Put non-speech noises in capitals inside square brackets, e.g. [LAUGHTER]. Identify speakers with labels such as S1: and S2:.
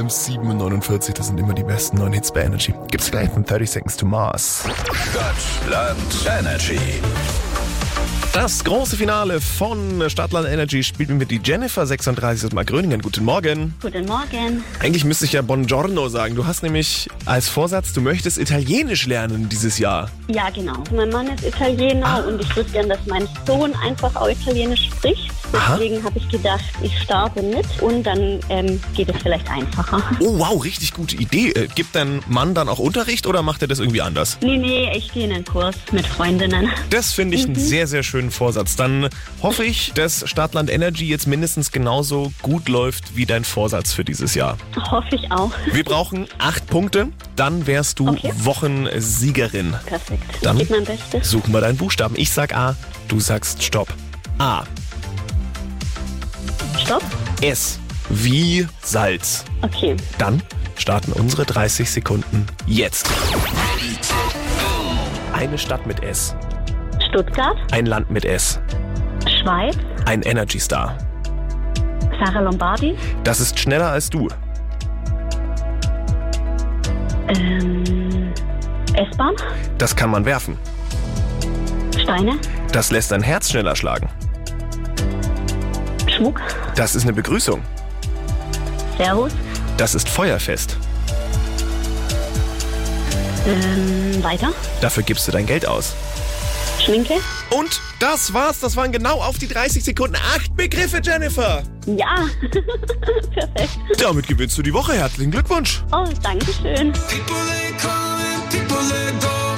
S1: 7.49 Uhr, das sind immer die besten neuen Hits bei Energy. Gibt's gleich von 30 Seconds to Mars.
S2: Stadtland Energy.
S1: Das große Finale von Stadtland Energy spielt mit mir die Jennifer 36 aus Markgröningen. Guten Morgen.
S3: Guten Morgen.
S1: Eigentlich müsste ich ja Buongiorno sagen. Du hast nämlich als Vorsatz, du möchtest Italienisch lernen dieses Jahr.
S3: Ja, genau. Mein Mann ist Italiener
S1: Ah.
S3: und ich würde gern, dass mein Sohn einfach auch Italienisch spricht.
S1: Aha.
S3: Deswegen habe ich gedacht, ich starte mit und dann ähm, geht es vielleicht einfacher.
S1: Oh wow, richtig gute Idee. Äh, Gibt dein Mann dann auch Unterricht oder macht er das irgendwie anders?
S3: Nee, nee, ich gehe in einen Kurs mit Freundinnen. [LAUGHS]
S1: Das finde ich einen sehr, sehr schönen Vorsatz. Dann hoffe ich, dass Stadtland Energy jetzt mindestens genauso gut läuft wie dein Vorsatz für dieses Jahr.
S3: Hoffe ich auch.
S1: Wir brauchen acht Punkte, dann wärst du
S3: Okay.
S1: Wochensiegerin.
S3: Perfekt.
S1: Dann-
S3: Ich gebe mein Bestes.
S1: Suchen wir deinen Buchstaben. Ich sag A, du sagst Stopp. A,
S3: Stopp.
S1: S, wie Salz.
S3: Okay.
S1: Dann starten unsere 30 Sekunden jetzt. Eine Stadt mit S,
S3: Stuttgart,
S1: ein Land mit S,
S3: Schweiz,
S1: ein Energy Star.
S3: Sarah Lombardi,
S1: Das ist schneller als du.
S3: ähm, S-Bahn,
S1: Das kann man werfen.
S3: Steine,
S1: Das lässt dein Herz schneller schlagen.
S3: Schmuck,
S1: Das ist eine Begrüßung.
S3: Servus,
S1: Das ist feuerfest.
S3: ähm, weiter,
S1: Dafür gibst du dein Geld aus.
S3: Schminke.
S1: Und das war's. Das waren genau auf die 30 Sekunden acht Begriffe, Jennifer.
S3: Ja, perfekt.
S1: Damit gewinnst du die Woche. Herzlichen Glückwunsch.
S3: Oh, danke schön.
S2: People they come and people they go.